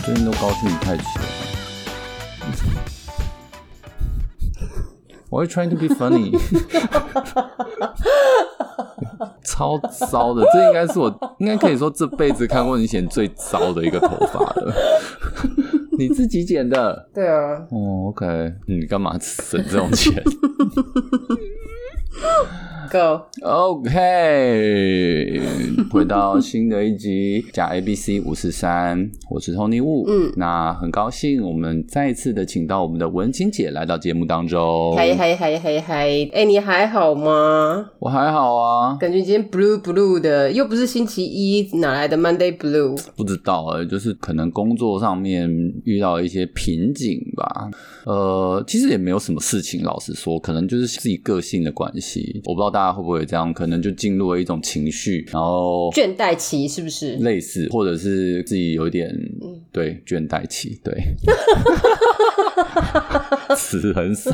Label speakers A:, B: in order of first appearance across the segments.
A: 是你太迟了。我是 trying to be funny，超糟的，这应该是我应该可以说这辈子看过你剪最糟的一个头发了。你自己剪的？
B: 对啊，
A: 哦、o k 你干嘛省这种钱
B: ，Go，
A: 哦？OK，回到新的一集假 ABC 五四三，我是 Tony Wu。
B: 嗯，
A: 那很高兴我们再一次的请到我们的文青姐来到节目当中。
B: 嗨嗨嗨嗨嗨，哎，你还好吗？
A: 我还好啊，
B: 感觉你今天 blue blue 的，又不是星期一，哪来的 Monday blue？
A: 不知道哎、就是可能工作上面遇到一些瓶颈吧。呃，其实也没有什么事情，老实说，可能就是自己个性的关系。我不知道大家会不会这样，可能就进入了一种情绪，然后
B: 倦怠期是不是？
A: 类似，或者是自己有一点对倦怠期，对， 词很少。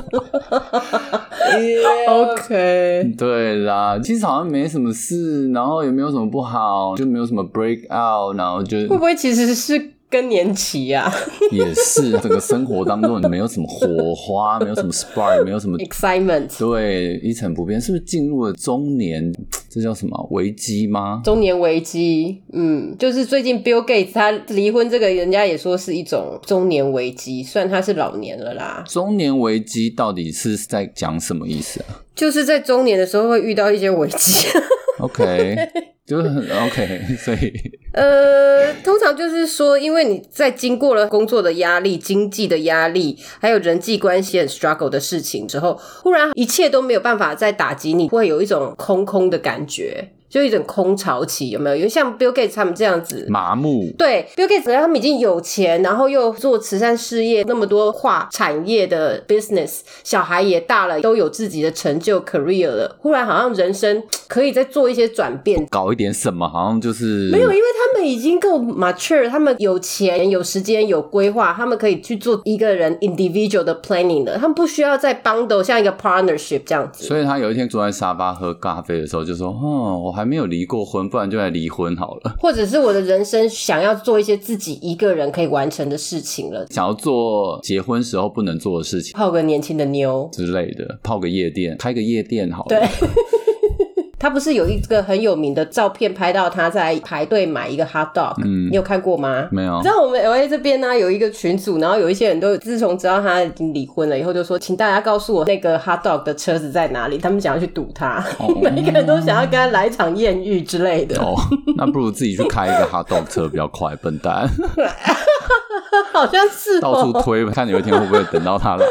B: OK，
A: 对啦，其实好像没什么事，然后也没有什么不好，就没有什么 break out，然后就
B: 会不会其实是更年期啊
A: 也是整个生活当中你没有什么火花，没有什么 spark，没有 什么
B: ？Excitement，
A: 对一成不变，是不是进入了中年？这叫什么危机吗？
B: 中年危机，嗯，就是最近 Bill Gates 他离婚这个，人家也说是一种中年危机，虽然他是老年了啦，
A: 中年危机到底是在讲什么意思啊
B: 就是在中年的时候会遇到一些危机。
A: ？OK，就是很 OK，所以
B: 呃，通常就是说，因为你在经过了工作的压力、经济的压力，还有人际关系很 struggle 的事情之后，忽然一切都没有办法再打击你，会有一种空空的感觉，就一种空巢期，有没有？因为像 Bill Gates 他们这样子。
A: 麻木。
B: 对，Bill Gates 他们已经有钱，然后又做慈善事业，那么多跨产业的 business，小孩也大了，都有自己的成就 career 了，忽然好像人生可以再做一些转变，
A: 搞一点什么，好像就是
B: 没有，因为他们已经够 mature，他们有钱、有时间、有规划，他们可以去做一个人 individual 的 planning 的，他们不需要再 bundle 像一个 partnership 这样子。
A: 所以他有一天坐在沙发喝咖啡的时候，就说：“嗯，我还没有离过婚，不然就来离婚好了。
B: 或者是我的人生想要做一些自己一个人可以完成的事情了，
A: 想要做结婚时候不能做的事情
B: 泡个年轻的妞。
A: 之类的，泡个夜店，开个夜店好了。”
B: 对他不是有一个很有名的照片，拍到他在排队买一个 hot dog，、
A: 嗯
B: 你有看过吗？
A: 没 有
B: 你知，道我们 L A 这边呢、有一个群组，然后有一些人都自从知道他已经离婚了以后，就说请大家告诉我那个 hot dog 的车子在哪里，他们想要去堵他， 每个人都想要跟他来一场艳遇之类的，
A: 哦，那不如自己去开一个 hot dog 车比较快，笨 蛋，
B: 好像 是
A: 到
B: 哦、
A: 处推，看有一天会不会等到他来。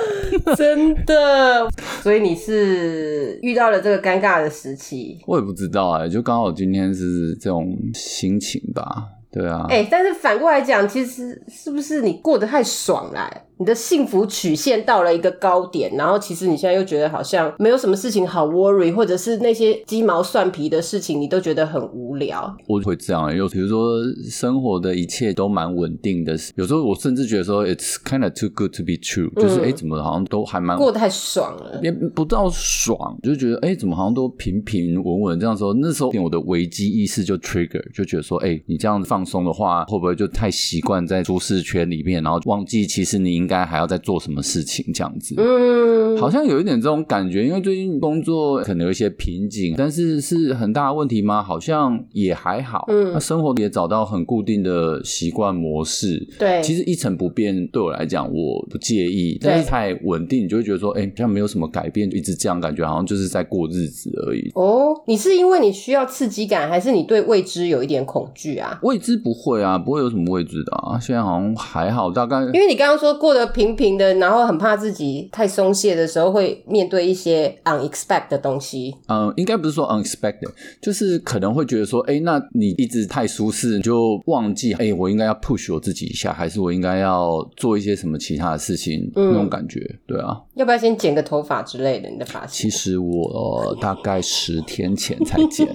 B: 真的。所以你是遇到了这个尴尬的时期，
A: 我也不知道哎、就刚好今天是这种心情吧。对啊，
B: 哎、但是反过来讲，其实是不是你过得太爽啦、你的幸福曲线到了一个高点，然后其实你现在又觉得好像没有什么事情好 worry，或者是那些鸡毛蒜皮的事情，你都觉得很无聊。
A: 我会这样、欸，又比如说生活的一切都蛮稳定的，有时候我甚至觉得说 it's kind of too good to be true，、就是哎、欸怎么好像都还蛮
B: 过得太爽了。
A: 也不到爽，就觉得哎、欸怎么好像都平平稳稳这样说。那时候我的危机意识就 trigger，就觉得说，哎、你这样放松的话，会不会就太习惯在舒适圈里面，然后忘记其实你应该还要再做什么事情这样子。
B: 嗯，
A: 好像有一点这种感觉，因为最近工作可能有一些瓶颈，但是是很大的问题吗？好像也还好。
B: 嗯
A: 那生活也找到很固定的习惯模式。
B: 对，
A: 其
B: 实
A: 实一成不变对我来讲，我不介意，
B: 对
A: 但是太稳定，你就会觉得说，哎、好像没有什么改变，就一直这样，感觉好像就是在过日子而已。
B: 哦，你是因为你需要刺激感，还是你对未知有一点恐惧啊？
A: 未知不会啊，不会有什么未知的啊。现在好像还好，大概
B: 因为你刚刚说过得平平的，然后很怕自己太松懈的时候会面对一些 unexpect 的东西。
A: 嗯，应该不是说 unexpected，就是可能会觉得说，哎、那你一直太舒适，你就忘记，哎、我应该要 push 我自己一下，还是我应该要做一些什么其他的事情，
B: 嗯
A: 那种感觉，对啊。
B: 要不要先剪个头发之类的？你的发型
A: 其实我、呃大概十天前才剪，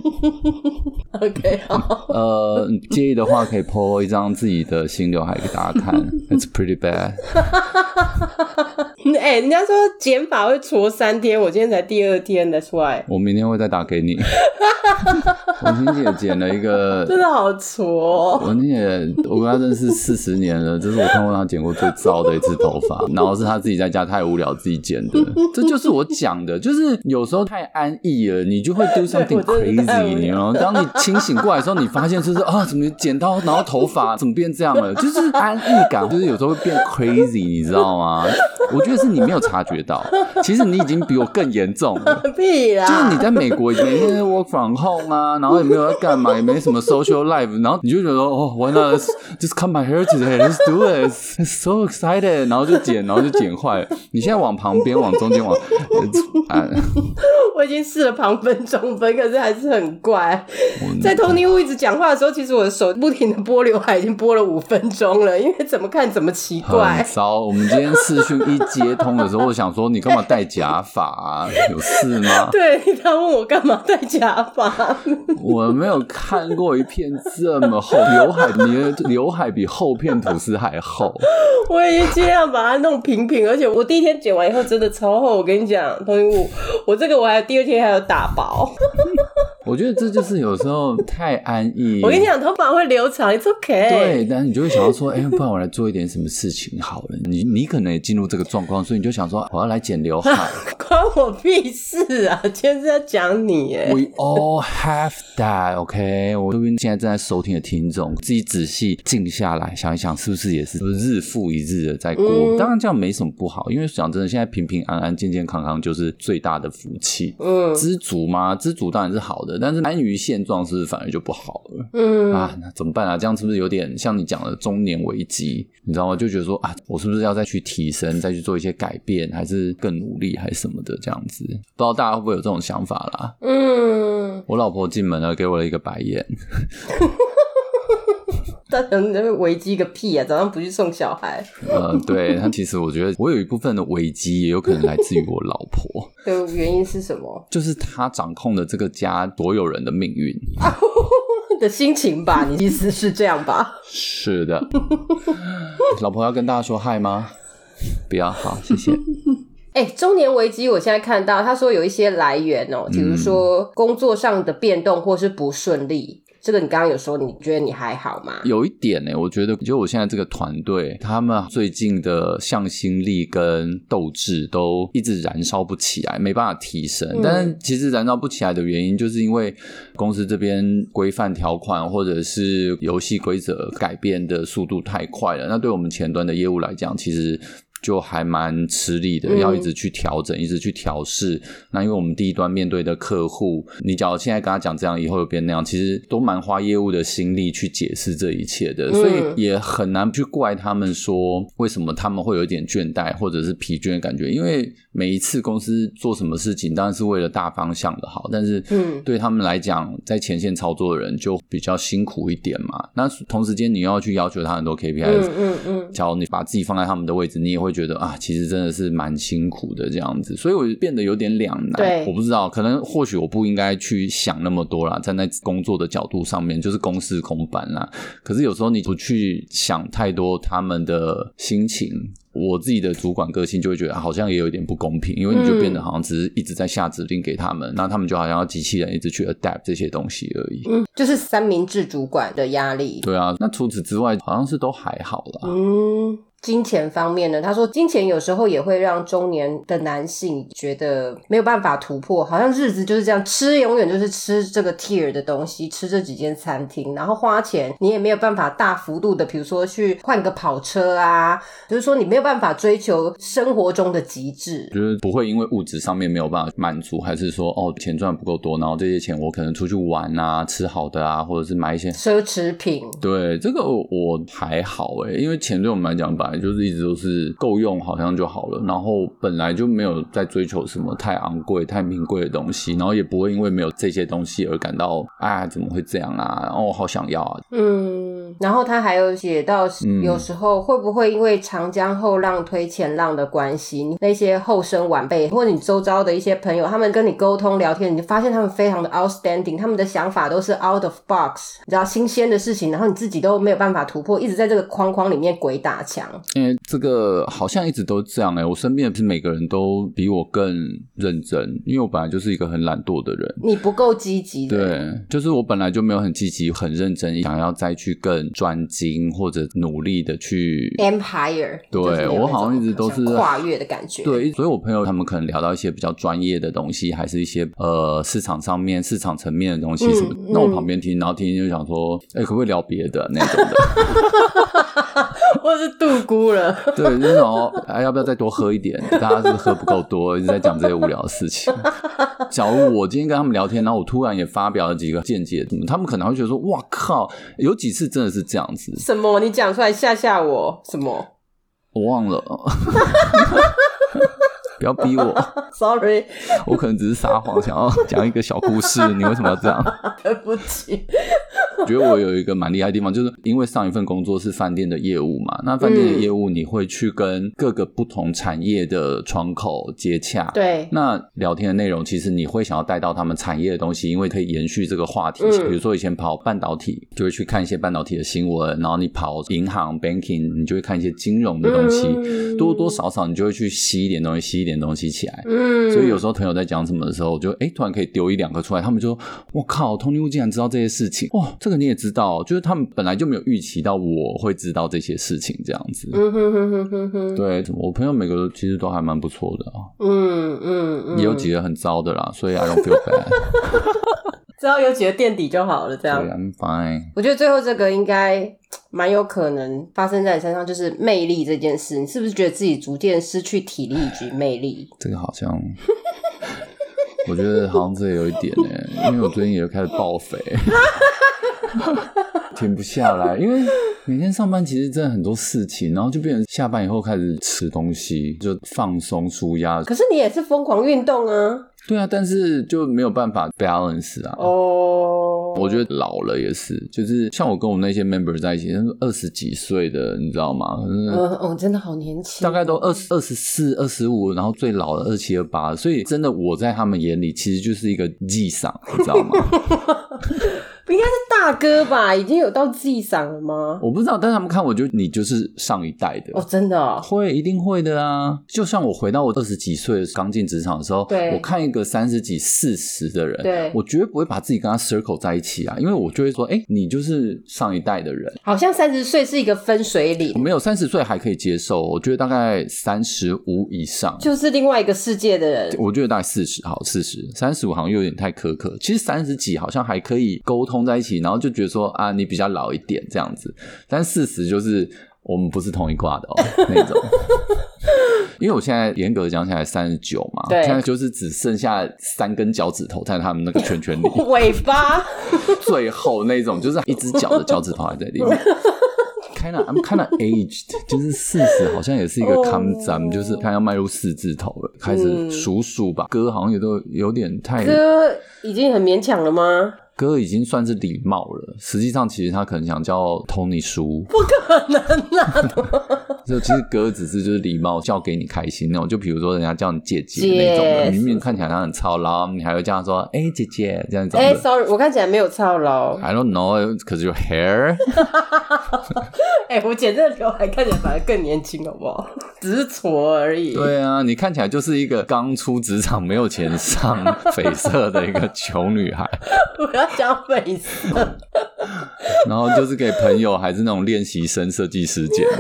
B: ？OK，好，
A: 呃，你介意的话可以 po 一张自己的新刘海给大家看，It's pretty bad。
B: 哎、人家说减法会搓三天，我今天才第二天才出来，
A: 我明天会再打给你。 文婷姐剪了一个，
B: 真的好搓、哦。
A: 文婷姐，我跟她认识四十年了，这是我看过她剪过最糟的一次头发，然后是她自己在家太无聊自己剪的，这就是我讲的，就是有时候太安逸了，你就会 do something
B: 对我真的太无
A: crazy，
B: 聊
A: 你知道吗？当你清醒过来的时候，你发现就是啊，怎么剪刀，然后头发怎么变这样了？就是安逸感，就是有时候会变 crazy，你知道吗？我觉得是你没有察觉到，其实你已经比我更严重了。
B: 屁 啦！
A: 就是你在美国每天 work from home 啊，然后也没有要干嘛，也没什么 social life，然后你就觉得哦，why not let's just cut my hair today, let's do it, I'm so excited，然后就剪，然后就剪坏了。你现在往旁边，往中间，往啊，
B: 我已经试了旁分、中分，可是还是很怪。在托尼屋一直讲话的时候，其实我的手不停的拨刘海，已经拨了五分钟了，因为怎么看怎么奇
A: 很
B: 怪。
A: 糟。我们今天视讯一接通的时候，我想说你干嘛戴假发啊？有事吗？
B: 对 他问我干嘛戴假发，
A: 我没有看过一片这么厚刘海，你的刘海比厚片吐司还厚。
B: 我已经尽量把它弄平平，而且我第一天剪完以后真的超厚。我跟你讲，托尼屋，我这个我还第二天还有打薄。
A: 我觉得这就是有时候太安逸。
B: 我跟你讲，头发会留长，it's OK。
A: 对，但你就会想要说，哎、不然我来做一点什么事情好了。你你可能也进入这个状况，所以你就想说，我要来剪刘海。
B: 关我屁事啊！今天是要讲你耶，
A: We all have that, OK？我这边现在正在收听的听众，自己仔细静下来想一想，是不是也是日复一日的在过？当然这样没什么不好，因为讲真的，现在平平安安、健健康康就是最大的福气。
B: 嗯
A: 知足吗？知足当然是好的，但是安于现状是不是反而就不好了？
B: 嗯，
A: 啊，那怎么办啊？这样是不是有点像你讲的中年危机？你知道吗？就觉得说啊，我是不是要再去提升，再去做一些改变，还是更努力，还是什么的这样子？不知道大家会不会有这种想法啦？
B: 嗯，
A: 我老婆进门了，给我了一个白眼。
B: 大家你在那边危机个屁啊！早上不去送小孩，
A: 呃，对，她其实我觉得我有一部分的危机也有可能来自于我老婆，
B: 的原因是什么？
A: 就是她掌控了这个家所有人的命运。
B: 的心情吧，你意思是这 样吧？
A: 是的，老婆要跟大家说嗨吗？不要好，谢谢。
B: 哎、中年危机，我现在看到他说有一些来源哦、比如说工作上的变动或是不顺利，这个你刚刚有说，你觉得你还好吗？
A: 有一点呢、欸我觉得就我现在这个团队，他们最近的向心力跟斗志都一直燃烧不起来，没办法提升。
B: 嗯
A: 但是其实燃烧不起来的原因，就是因为公司这边规范条款或者是游戏规则改变的速度太快了。那对我们前端的业务来讲，其实。就还蛮吃力的，
B: 嗯
A: 要一直去调整，一直去调试。那因为我们第一端面对的客户，你假如现在跟他讲这样，以后又变那样，其实都蛮花业务的心力去解释这一切的，
B: 嗯
A: 所以也很难去怪他们说为什么他们会有一点倦怠或者是疲倦的感觉，因为每一次公司做什么事情，当然是为了大方向的好，但是
B: 嗯
A: 对他们来讲，在前线操作的人就比较辛苦一点嘛。那同时间你又要去要求他很多 KPI 的时候
B: 嗯嗯嗯，
A: 假如你把自己放在他们的位置，你也会觉得啊，其实真的是蛮辛苦的这样子，所以我变得有点两
B: 对
A: 难。我不知道，可能或许我不应该去想那么多啦，站在工作的角度上面，就是公事公办啦。可是有时候你不去想太多他们的心情。我自己的主管个性就会觉得、啊好像也有一点不公平，因为你就变得好像只是一直在下指令给他们，那他们就好像要机器人一直去 adapt 这些东西而已。
B: 嗯，就是三明治主管的压力。
A: 对啊，那除此之外好像是都还好啦。
B: 嗯，金钱方面呢，他说金钱有时候也会让中年的男性觉得没有办法突破，好像日子就是这样，吃永远就是吃这个 tier 的东西，吃这几间餐厅，然后花钱你也没有办法大幅度的，比如说去换个跑车啊，就是说你没有办法追求生活中的极致。
A: 就是不会因为物质上面没有办法满足，还是说哦钱赚不够多，然后这些钱我可能出去玩啊、吃好的啊，或者是买一些。
B: 奢侈品，
A: 对这个我我还好诶、因为钱对我们来讲本来就是一直都是够用，好像就好了。然后本来就没有在追求什么太昂贵、太名贵的东西，然后也不会因为没有这些东西而感到啊怎么会这样啊，哦好想要啊
B: 嗯，嗯，然后他还有写到，
A: 嗯
B: 有时候会不会因为长江后浪推前浪的关系，你那些后生晚辈或者你周遭的一些朋友，他们跟你沟通聊天，你就发现他们非常的 outstanding，他们的想法都是 out of box，你知道新鲜的事情，然后你自己都没有办法突破，一直在这个框框里面鬼打墙。
A: 因为这个好像一直都这样哎、我身边不是每个人都比我更认真，因为我本来就是一个很懒惰的人。
B: 你不够积极的，
A: 对，就是我本来就没有很积极、很认真，想要再去更专精或者努力的去。
B: empire，
A: 对
B: 就是有那种
A: 我好像一直都是
B: 想跨越的感觉。
A: 对，所以我朋友他们可能聊到一些比较专业的东西，还是一些呃市场上面、市场层面的东西什么的。
B: 嗯
A: 那我
B: 嗯
A: 旁边听，然后听听就想说，哎、可不可以聊别的那种的？
B: 我是度孤了。
A: 对，就是想说，哎，要不要再多喝一点？大家是喝不够多，一直在讲这些无聊的事情。 假如我今天跟他们聊天，然后我突然也发表了几个见解，他们可能会觉得说，哇靠，有几次真的是这样子，
B: 什么？你讲出来吓吓我？什么
A: 我忘了， 不要逼我，
B: ？Sorry，
A: 我可能只是撒谎，想要讲一个小故事，你为什么要这样？
B: 对不起。
A: 我觉得我有一个蛮厉害的地方，就是因为上一份工作是饭店的业务嘛，那饭店的业务你会去跟各个不同产业的窗口接洽，
B: 对，
A: 那聊天的内容，其实你会想要带到他们产业的东西，因为可以延续这个话题。
B: 嗯
A: 比如说以前跑半导体，就会去看一些半导体的新闻，然后你跑银行 banking，你就会看一些金融的东西，
B: 嗯
A: 多多少少你就会去吸一点东西，吸一点东西起来。
B: 嗯，
A: 所以有时候朋友在讲什么的时候，我就哎、诶突然可以丢一两个出来，他们就我靠，Tony Wu 竟然知道这些事情，哇、这个你也知道，哦就是他们本来就没有预期到我会知道这些事情这样子。
B: 嗯哼哼哼哼哼，
A: 对我朋友每个其实都还蛮不错的啊。
B: 嗯嗯嗯，
A: 也有几个很糟的啦，所以 I don't feel bad 。
B: 只要有几个垫底就好了，这样
A: 对。，I'm 啊 fine。
B: 我觉得最后这个应该蛮有可能发生在你身上，就是魅力这件事。你是不是觉得自己逐渐失去体力以及魅力？
A: 这个好像， 我觉得好像这有一点呢、因为我最近也开始爆肥， 停不下来。因为每天上班其实真的很多事情，然后就变成下班以后开始吃东西，就放松舒压。
B: 可是你也是疯狂运动啊！
A: 对啊，但是就没有办法 balance 啊。
B: 哦，
A: 我觉得老了也是，就是像我跟我那些 member 在一起，二十几岁的，你知道吗？嗯
B: 嗯哦，真的好年轻，
A: 大概都二十二十四、二十五，然后最老的二七、二八，所以真的我在他们眼里其实就是一个纪赏，你知道吗？
B: 不应该是大哥吧？已经有到自己嗓了吗？
A: 我不知道，但是他们看我就你就是上一代的。
B: 哦，真的哦，
A: 会，一定会的啊！就像我回到我二十几岁刚进职场的时候，
B: 对
A: 我看一个三十几、四十的人，
B: 对
A: 我绝对不会把自己跟他 circle 在一起啊，因为我就会说，哎，你就是上一代的人，
B: 好像三十岁是一个分水
A: 我
B: 岭，
A: 没有三十岁还可以接受，我觉得大概三十五以上，
B: 就是另外一个世界的人。
A: 我觉得大概四十好，四十三十五好像又有点太苛刻。其实三十几好像还可以沟通在一起，然后就觉得说啊，你比较老一点这样子。但四十就是我们不是同一挂的哦，那种。 因为我现在严格讲起来三十九嘛，
B: 对
A: 现在就是只剩下三根脚趾头在他们那个圈圈里，
B: 尾巴，
A: 最后那种就是一只脚的脚趾头还在里 面。Kind of, I'm kind of aged，就是四十，好像也是一个
B: 哦
A: come down，、就是看要迈入四字头了，开始数数吧。歌好像也都有点太，
B: 哥已经很勉强了吗？
A: 歌已经算是礼貌了。实际上，其实他可能想叫 Tony 叔，
B: 可能
A: 啊
B: 啦，
A: 就其实歌只是就是礼貌，叫给你开心那种。就比如说人家叫你姐姐那种的，
B: 姐
A: 明明看起来他很操劳，你还会叫他说哎、姐姐这样子。
B: 哎、s o r r y 我看起来没有操劳，
A: I don't know, cause your hair
B: 哎、我剪这个刘海看起来反而更年轻，好不好？ 只是矬而已。
A: 对啊，你看起来就是一个刚出职场没有钱上绯色的一个穷女 孩，
B: 我要讲粉色，
A: 然后就是给朋友还是那种练习生设计师剪的，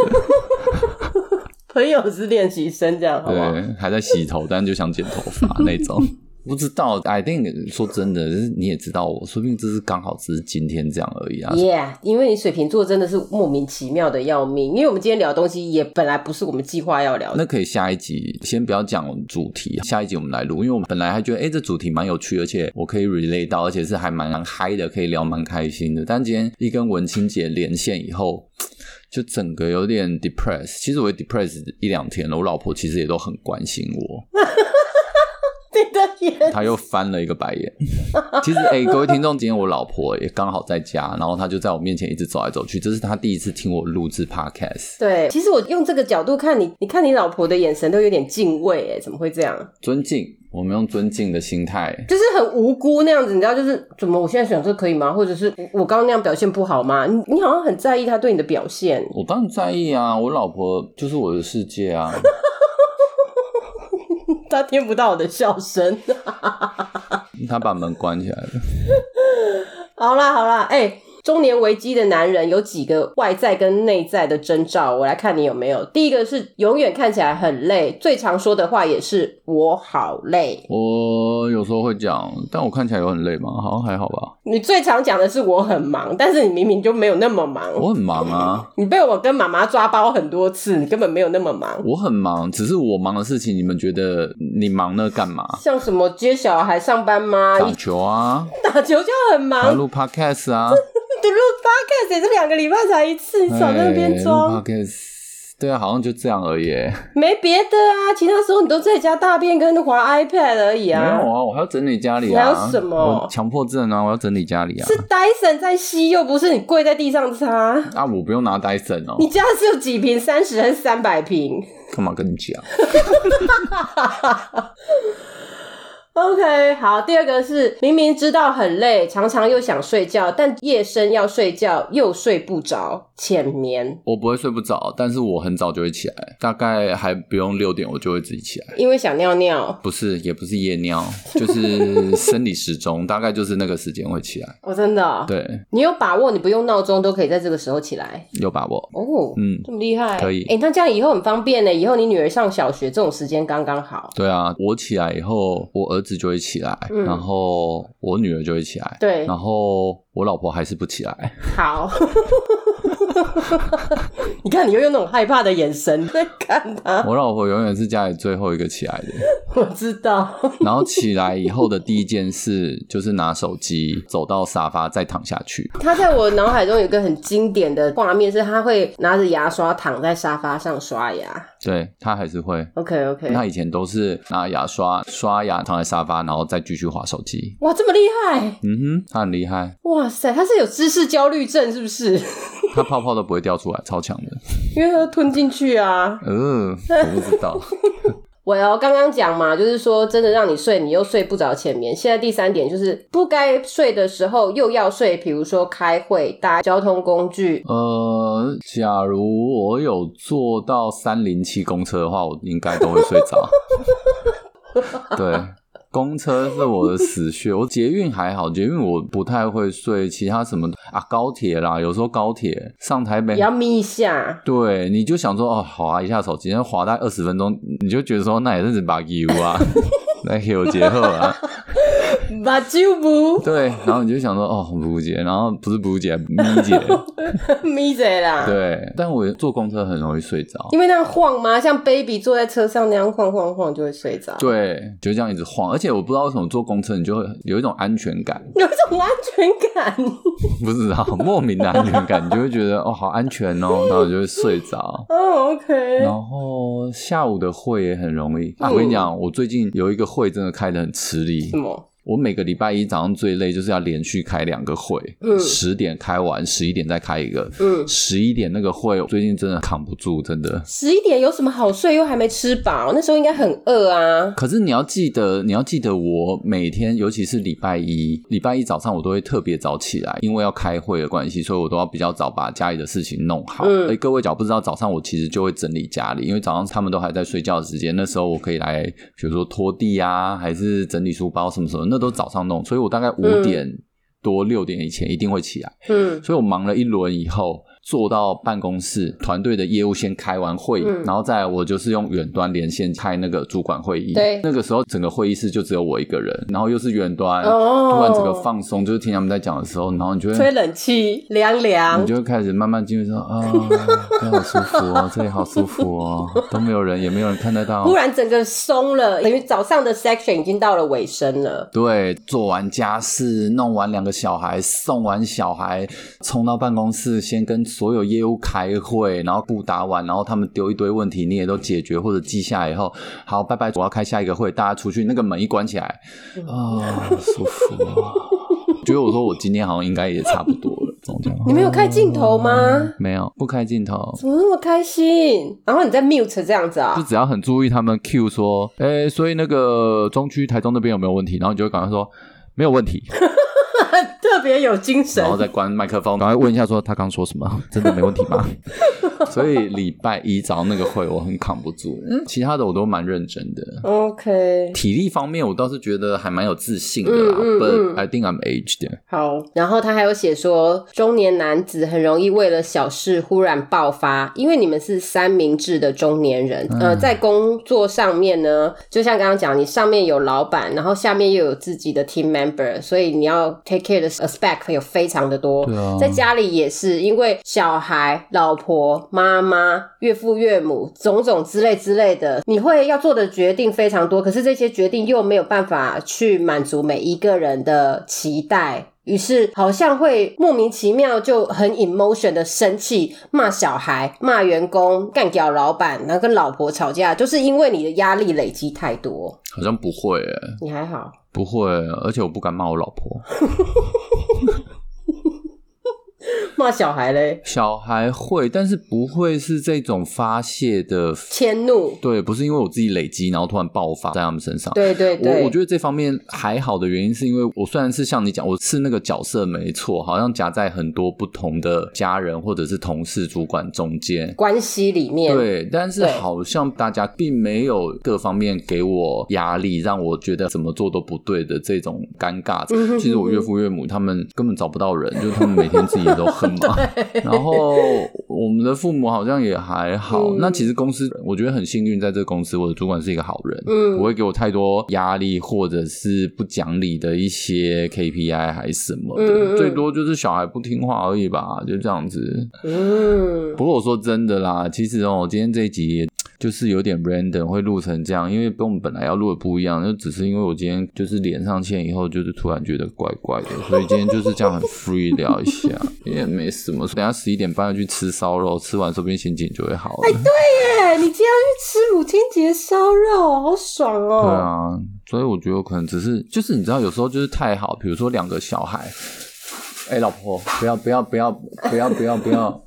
B: 朋友是练习生，这样好不好？
A: 对，还在洗头，但就想剪头发那种。 不知道，I think 说真的，就是你也知道我，说不定只是刚好只是今天这样而已啊。
B: Yeah，因为你水瓶座真的是莫名其妙的要命，因为我们今天聊的东西也本来不是我们计划要聊 的。
A: 那可以下一集先不要讲主题，下一集我们来录，因为我们本来还觉得哎、诶这主题蛮有趣，而且我可以 relate 到，而且是还蛮嗨的，可以聊蛮开心的。但今天一跟文清姐连线以后。就整个有点 depress，其实我也 depress 一两天了，我老婆其实也都很关心我，
B: 你的眼，
A: 他又翻了一个白眼。其实，哎、各位听众，今天我老婆也刚好在家，然后她就在我面前一直走来走去。这是她第一次听我录制 podcast，
B: 对，其实我用这个角度看你，你看你老婆的眼神都有点敬畏，哎，怎么会这样？
A: 尊敬，我们用尊敬的心态。
B: 就是很无辜那样子，你知道，就是怎么我现在想这可以吗？或者是我刚刚那样表现不好吗？你你好像很在意他对你的表现，
A: 我当然在意啊，我老婆就是我的世界啊。
B: 他听不到我的笑声。
A: 她把门关起来了。
B: 好啦好啦，哎、中年危机的男人有几个外在跟内在的征兆，我来看你有没有。第一个是永远看起来很累，最常说的话也是“我好累
A: 我有时候会讲，但我看起来有很累吗？好像还好吧。”。
B: 你最常讲的是“我很忙”，但是你明明就没有那么忙。
A: 我很忙啊，
B: 你被我跟妈妈抓包很多次，你根本没有那么忙。
A: 我很忙，只是我忙的事情，你们觉得你忙那干嘛？
B: 像什么接小孩、上班吗？
A: 打球啊，
B: 打球就很
A: 还要
B: 忙，
A: 录 podcast 啊，
B: 你录 podcast 也是两个礼拜才一次，你少在那边
A: 哎
B: 装。
A: 录 podcast。对啊，好像就这样而已。
B: 没别的啊，其他时候你都在家大便跟滑 iPad 而已
A: 没
B: 啊。
A: 有啊，我还要整理家里
B: 你
A: 啊。
B: 还有什么
A: 我强迫症啊，我要整理家里啊
B: 是。Dyson 在吸，又不是你跪在地上擦。
A: 啊，我不用拿 Dyson 哦
B: 你，家是有几瓶？三十还是三百瓶
A: 干嘛跟你讲？
B: ？OK，好。第二个是明明知道很累，常常又想睡觉，但夜深要睡觉又睡不着，浅眠。
A: 我不会睡不着，但是我很早就会起来，大概还不用六点，我就会自己起来。
B: 因为想尿尿，
A: 不是，也不是夜尿，就是 生理时钟，大概就是那个时间会起来。
B: 我、真的哦、
A: 对，
B: 你有把握，你不用闹钟都可以在这个时候起来
A: 有把握。
B: 哦。
A: 嗯，
B: 这么厉害，
A: 可以
B: 哎、那这样以后很方便呢。以后你女儿上小学，这种时间刚刚好。
A: 对啊，我起来以后，我儿子就会起来，
B: 嗯
A: 然后我女儿就会起来，
B: 对，
A: 然后我老婆还是不起 来。
B: 好。你看，你又用那种害怕的眼神在看他，
A: 我老婆永远是家里最后一个起来的。
B: 我知道。
A: 然后起来以后的第一件事就是拿手机走到沙发再躺下去。
B: 他在我脑海中有一个很经典的画面，是他会拿着牙刷躺在沙发上刷牙。
A: 对她还是会。
B: OK OK，
A: 她以前都是拿牙刷刷牙，躺在沙发，然后再继续划手机。
B: 哇，这么厉害！
A: 嗯哼，她很厉 害，
B: 哇塞，他是有知识焦虑症是不是？
A: 她泡泡都不会掉出来，超强的。
B: 因为他吞进去啊。
A: 呃，我不知道。
B: 我哦，刚刚讲嘛，就是说真的让你睡，你又睡不着前面。现在第三点就是不该睡的时候又要睡，比如说开会、搭交通工具。
A: 呃，假如我有坐到三零七公车的话，我应该都会睡着。对，公车是我的死穴。我捷运还好，捷运我不太会睡，其他什么啊，高铁啦，有时候高铁上台北
B: 也。要眯一下，
A: 对，你就想说哦，滑一下手机，然后滑大概二十分钟，你就觉得说那也是把 U 啊，那有结合啊，
B: 把啾不
A: 对，然后你就想说哦，不解，然后不是不解，咪姐，
B: 眯着啦。
A: 对，但我坐公车很容易睡着，
B: 因为那样晃吗？像 baby 坐在车上那样晃晃晃就会睡着，
A: 对，就这样一直晃，而且我不知道为什么坐公车你就会有一种安全感，
B: 有一种安全感。
A: 不知道莫名的安全感，你就会觉得哦好安全哦，然后你就会睡着。
B: 哦、o k
A: 然后下午的会也很容易。啊、
B: 嗯
A: 我跟你讲，我最近有一个会真的开的很吃力
B: 什。么？
A: 我每个礼拜一早上最累就是要连续开两个会
B: 嗯，
A: 十、点开完，十一点再开一个，
B: 嗯，
A: 十一点那个会我最近真的扛不住，真的。
B: 十一点有什么好睡？又还没吃饱，那时候应该很饿啊。
A: 可是你要记得，你要记得，我每天，尤其是礼拜一，礼拜一早上我都会特别早起来，因为要开会的关系，所以我都要比较早把家里的事情弄好。
B: 嗯
A: 诶各位假如不知道，早上我其实就会整理家里，因为早上他们都还在睡觉的时间，那时候我可以来，比如说拖地啊，还是整理书包什么什么，那都早上弄，所以我大概五点多六点以前一定会起来。
B: 嗯，
A: 所以我忙了一轮以后，坐到办公室，团队的业务先开完会，
B: 嗯
A: 然后再来我就是用远端连线开那个主管会议。
B: 对
A: 那个时候整个会议室就只有我一个人，然后又是远端，
B: 哦
A: 突然整个放松，就是听他们在讲的时候，然后你就会
B: 吹冷气，凉凉
A: 你。就会开始慢慢进入说 啊，这里好舒服哦，这里好舒服哦，都没有人，也没有人看得到哦
B: 忽。然整个松了，等于早上的 section 已经到了尾声了。
A: 对，做完家事，弄完两个小孩，送完小孩，冲到办公室，先跟所有业务开会，然后不答完，然后他们丢一堆问题，你也都解决或者记下来以后，好，拜拜，我要开下一个会，大家出去，那个门一关起来，
B: 嗯
A: 啊，舒服啊！觉得我说我今天好像应该也差不多了，这种讲
B: 你没有开镜头吗？
A: 没有不开镜头，
B: 怎么那么开心？然后你在 mute 这样子
A: 就
B: 啊？
A: 只要很注意他们 Q 说，哎、所以那个中区台中那边有没有问题？然后你就会赶快说没有问题，
B: 特别有精神
A: 然。后再关麦克风，赶快问一下说他刚说什么，真的没问题 吗？所以礼拜一早上那个会我很扛不住，嗯，其他的我都蛮认真的。
B: OK，
A: 体力方面，我倒是觉得还蛮有自信的啦、
B: 嗯嗯
A: b u
B: 嗯
A: t I think I'm aged。
B: 好。然后他还有写说，中年男子很容易为了小事忽然爆发，因为你们是三明治的中年人。呃，在工作上面呢，就像刚刚讲，你上面有老板，然后下面又有自己的 team member，所以你要 take care 的 aspect 有非常的多。
A: 对啊
B: 在家里也是，因为小孩、老婆、妈妈、岳父、岳母，种种之类之类的，你会要做的决定非常多。可是这些决定又没有办法去满足每一个人的期待。于是，好像会莫名其妙就很 emotion 的生气，骂小孩、骂员工、干掉老板，然后跟老婆吵架，就是因为你的压力累积太多。
A: 好像不会、欸，
B: 你还好，
A: 不会，而且我不敢骂我老婆。
B: 骂小孩嘞，
A: 小孩会，但是不会是这种发泄的，
B: 迁怒，
A: 对，不是因为我自己累积，然后突然爆发在他们身上。
B: 对对对，
A: 我我觉得这方面还好的原因，是因为我虽然是像你讲，我是那个角色没错，好像夹在很多不同的家人或者是同事、主管中间。
B: 关系里面，
A: 对，但是
B: 对
A: 好像大家并没有各方面给我压力，让我觉得怎么做都不对的这种尴尬。
B: 嗯哼哼
A: 其实我岳父岳母他们根本找不到人，就是他们每天自己都很 忙。然后我们的父母好像也还好。
B: 嗯
A: 那其实公司我觉得很幸运，在这个公司我的主管是一个好人，
B: 嗯
A: 不会给我太多压力或者是不讲理的一些 KPI 还是什么的，
B: 嗯嗯嗯
A: 最多就是小孩不听话而已吧，就这样子。
B: 嗯，
A: 不过我说真的啦，其实哦，今天这一集就是有点 random 会录成这样，因为跟我们本来要录的不一样，就只是因为我今天就是连上线以后，就是突然觉得怪怪的，所以今天就是这样很 free 聊一下，也没什么。等一下十一点半要去吃烧肉，吃完说不定心情就会好了。
B: 哎，你今天要去吃母亲节烧肉，好爽哦！
A: 对啊，所以我觉得我可能只是就是你知道，有时候就是太好，比如说两个小孩，哎、老婆，不要不要不要不要不要不要。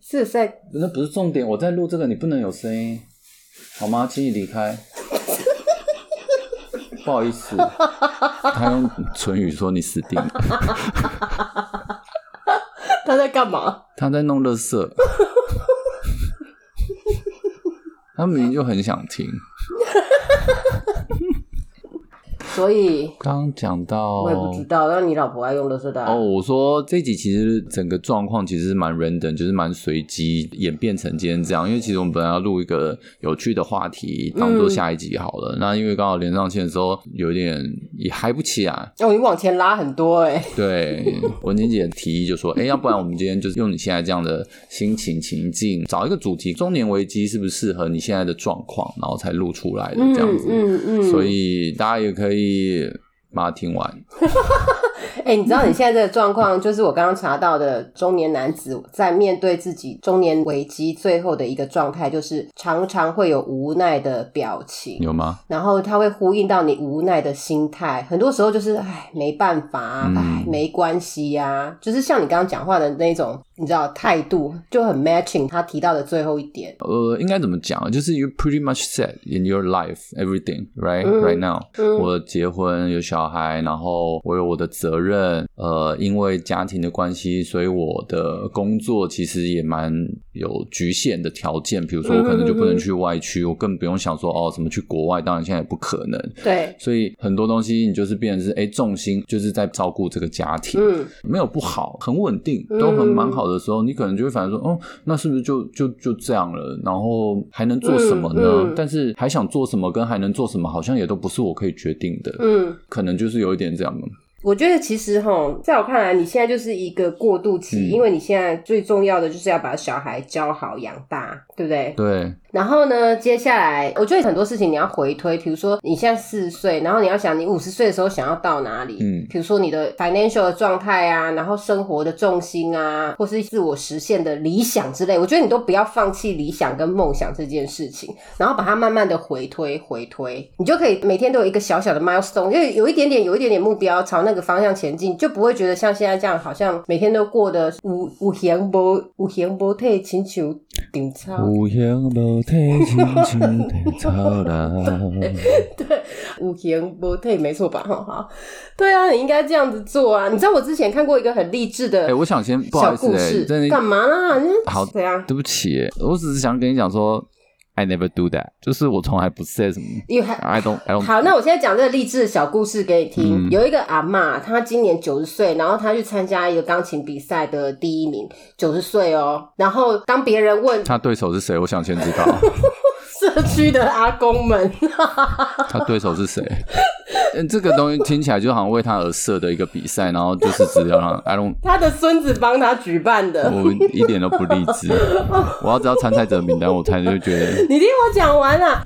B: 是在
A: 那不是重点，我在录这个，你不能有声音，好吗？请你离开。不好意思，他用唇语说你死定了。
B: 他在干嘛？
A: 他在弄乐色，他明明就很想听。
B: 所以
A: 刚刚讲到
B: 我也不知道，让你老婆爱用乐色袋。
A: 哦，我说这集其实整个状况其实是蛮 random，就是蛮随机演变成今天这样。因为其实我们本来要录一个有趣的话题，当
B: 嗯
A: 做下一集好了。那因为刚好连上线的时候有点也嗨不起来，
B: 哦，你往前拉很多哎、
A: 对，文静姐提议就说：“哎、要不然我们今天就是用你现在这样的心情情境，找一个主题，中年危机是不是适合你现在的状况，然后才录出来的
B: 嗯
A: 这样子。
B: 嗯嗯。
A: 所，以大家也可以把它听完。
B: 哎、你知道你现在这个状况，就是我刚刚查到的中年男子在面对自己中年危机最后的一个状态，就是常常会有无奈的表情。
A: 有吗？
B: 然后它会呼应到你无奈的心态，很多时候就是唉没办法、啊
A: 嗯，
B: 唉没关系呀、就是像你刚刚讲话的那种，你知道态度就很 matching 他提到的最后一点，
A: 呃，应该怎么讲啊？就是 you pretty much set in your life everything right、
B: 嗯
A: right now、
B: 嗯
A: 我结婚有小孩，然后我有我的责任。呃，因为家庭的关系，所以我的工作其实也蛮有局限的条件。比如说，我可能就不
B: 嗯
A: 能去外区，我更不用想说哦，怎么去国外。当然，现在也不可能。
B: 对，
A: 所以很多东西你就是变成是哎，重心就是在照顾这个家庭。
B: 嗯，
A: 没有不好，很稳定，都很蛮好的时候，你可能就会反而说，哦，那是不是就就就这样了？然后还能做什么呢？
B: 嗯嗯
A: 但是还想做什么跟还能做什么，好像也都不是我可以决定的，
B: 嗯。
A: 可能就是有一点这样吧。
B: 我觉得其实哈，在我看来，你现在就是一个过渡期，
A: 嗯
B: 因为你现在最重要的就是要把小孩教好养大，对不对？
A: 对，
B: 然后呢，接下来我觉得很多事情你要回推，比如说你现在四十岁，然后你要想你五十岁的时候想要到哪里，
A: 嗯
B: 比如说你的 financial 的状态啊，然后生活的重心啊，或是自我实现的理想之类，我觉得你都不要放弃理想跟梦想这件事情，然后把它慢慢的回推回推，你就可以每天都有一个小小的 milestone，因为有一点点有一点点目标朝那个方向前进，就不会觉得像现在这样好像每天都过得五五行不五行不退，请求顶超。
A: 无言无体，轻轻的草来。
B: 五行不退，没错吧？哈，好，对啊，你应该这样子做啊！你知道我之前看过一个很励志的
A: 哎、我想先不好
B: 小
A: 意思、
B: 故
A: 欸，
B: 事，
A: 真的
B: 干嘛啦？你啊
A: 好
B: 怎样
A: 对不起欸、我只是想跟你讲说，I never do that，就是我从来不 say 什么
B: ？You have
A: ，I don't I don't。
B: 好，那我现在讲这个励志的小故事给你听。
A: 嗯
B: 有一个阿嬷，她今年九十岁，然后她去参加一个钢琴比赛的第一名，九十岁哦。然后当别人问
A: 他对手是谁？我想先知道
B: 社区的阿公们，
A: 他对手是谁。嗯，这个东西听起来就好像为他而设的一个比赛，然后就是只要让 I don't，
B: 他的孙子帮他举办的，
A: 我一点都不励志。我要知道参赛者名单，我才就觉得
B: 你听我讲完啊。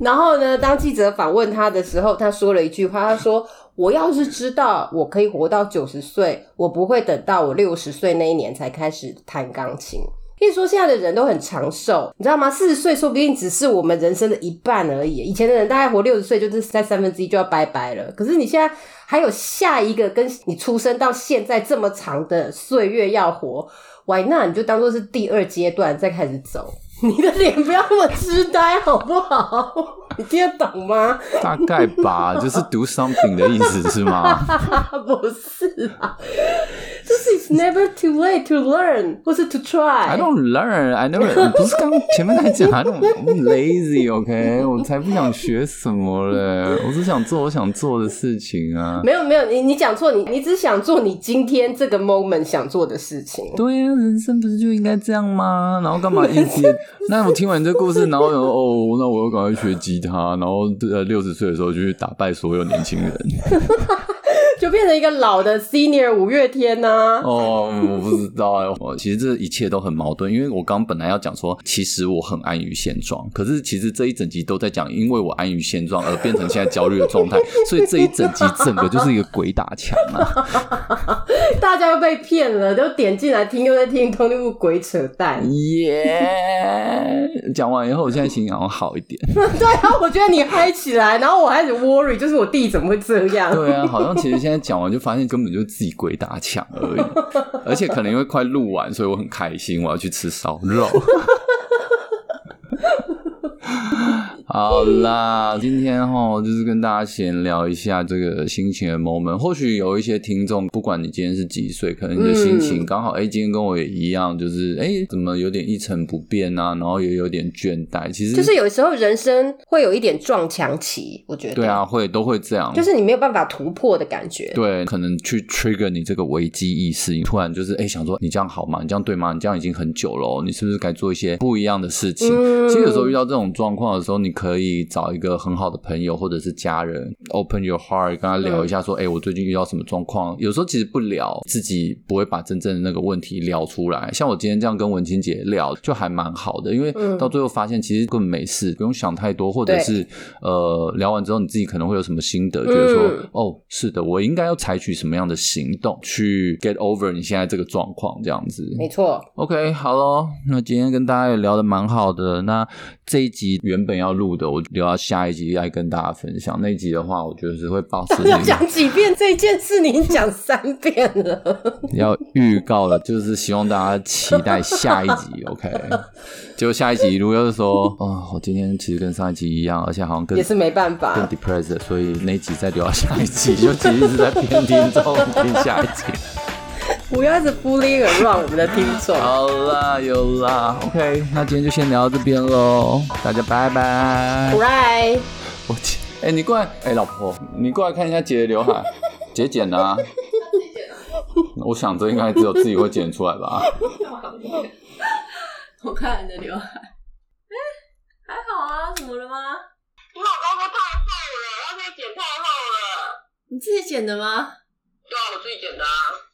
B: 然后呢，当记者访问他的时候，他说了一句话，他说：“我要是知道我可以活到九十岁，我不会等到我六十岁那一年才开始弹钢琴。”可以说现在的人都很长寿，你知道吗？四十岁说不定只是我们人生的一半而已。以前的人大概活六十岁，就是在三分之一就要拜拜了。可是你现在还有下一个跟你出生到现在这么长的岁月要活，Why not？你就当做是第二阶段再开始走。 你的脸不要那么痴呆好不好？你听得懂吗？
A: 大概吧，就是 do something 的意思是吗？
B: 不是啊，就是 it's never too late to learn 或是 to
A: I
B: try。
A: don't learn, I never 。不是刚前面在讲 I don't I'm lazy, OK？我才不想学什么嘞，我只想做我想做的事情啊。
B: 没有没有，你你讲错，你你只想做你今天这个 moment 想做的事情。
A: 对呀、人生不是就应该这样吗？然后干嘛一直？那我听完这故事，然后有 哦，那我又赶快学吉他，然后呃六十岁的时候就去打败所有年轻人。
B: 就变成一个老的 senior 五月天啊呐、
A: 哦，我不知道哎，我其实这一切都很矛盾，因为我刚本来要讲说，其实我很安于现状，可是其实这一整集都在讲，因为我安于现状而变成现在焦虑的状态，所以这一整集整个就是一个鬼打墙啊！
B: 大家又被骗了，都点进来听，又在听通路鬼扯淡。
A: 耶、讲完以后，我现在心情好像好一点。
B: 对啊，我觉得你嗨起来，然后我开始 worry，就是我弟怎么会这 样？
A: 对啊，好像其实现在讲完就发现根本就自己鬼打墙而 已，而且可能因为快录完，所以我很开心，我要去吃烧 肉。好啦，今天哈就是跟大家闲聊一下这个心情的 moment。或许有一些听众，不管你今天是几岁，可能你的心情刚好哎、诶今天跟我也一样，就是哎、诶怎么有点一成不变啊，然后也有点倦怠。其实
B: 就是有时候人生会有一点撞墙期，我觉得。
A: 对啊，，会都会这样，
B: 就是你没有办法突破的感觉。
A: 对，可能去 trigger 你这个危机意识，你突然就是哎、诶想说你这样好吗？你这样对吗？你这样已经很久了哦、你是不是该做一些不一样的事情？
B: 嗯
A: 其实有时候遇到这种状况的时候，你可以找一个很好的朋友或者是家人，open your heart，跟
B: 嗯
A: 他聊一下说，哎、我最近遇到什么状况？有时候其实不聊，自己不会把真正的那个问题聊出来。像我今天这样跟文清姐聊，就还蛮好的，因为
B: 嗯
A: 到最后发现其实根本没事，不用想太多，或者
B: 对
A: 是呃聊完之后你自己可能会有什么心得，觉得说。
B: 嗯
A: 哦，是的，我应该要采取什么样的行动去 get over 你现在这个状况，这样子。
B: 嗯没错，
A: OK，好咯，那今天跟大家也聊得蛮好的。那这一集原本要录的，我留到下一集来跟大家分享。那一集的话，我觉得是会保持
B: 要讲几遍这件事，你已经讲三遍 了。
A: 要预告了，就是希望大家期待下一集。OK，结 果下一集如果又说，哦，我今天其实跟上一集一样，而且好像更
B: 也是没办法
A: 更 depressed，了所以那一集再留到下一集，就其实是在偏听众听下一 集。
B: 不要一直 bullying around 我们的听众。
A: 好啦，有啦，OK，那今天就先聊到这边喽，大家拜拜。
B: Right，
A: 我去，哎、你过来，哎、老婆，你过来看一下姐的刘海，姐剪的啊。我想这应该只有自己会剪出来吧。
C: 我看你的刘海，哎、还好啊，怎么了吗？
D: 我老公说太厚了，他说剪太厚了。
C: 你自己剪的吗？
D: 对啊，我自己剪的啊。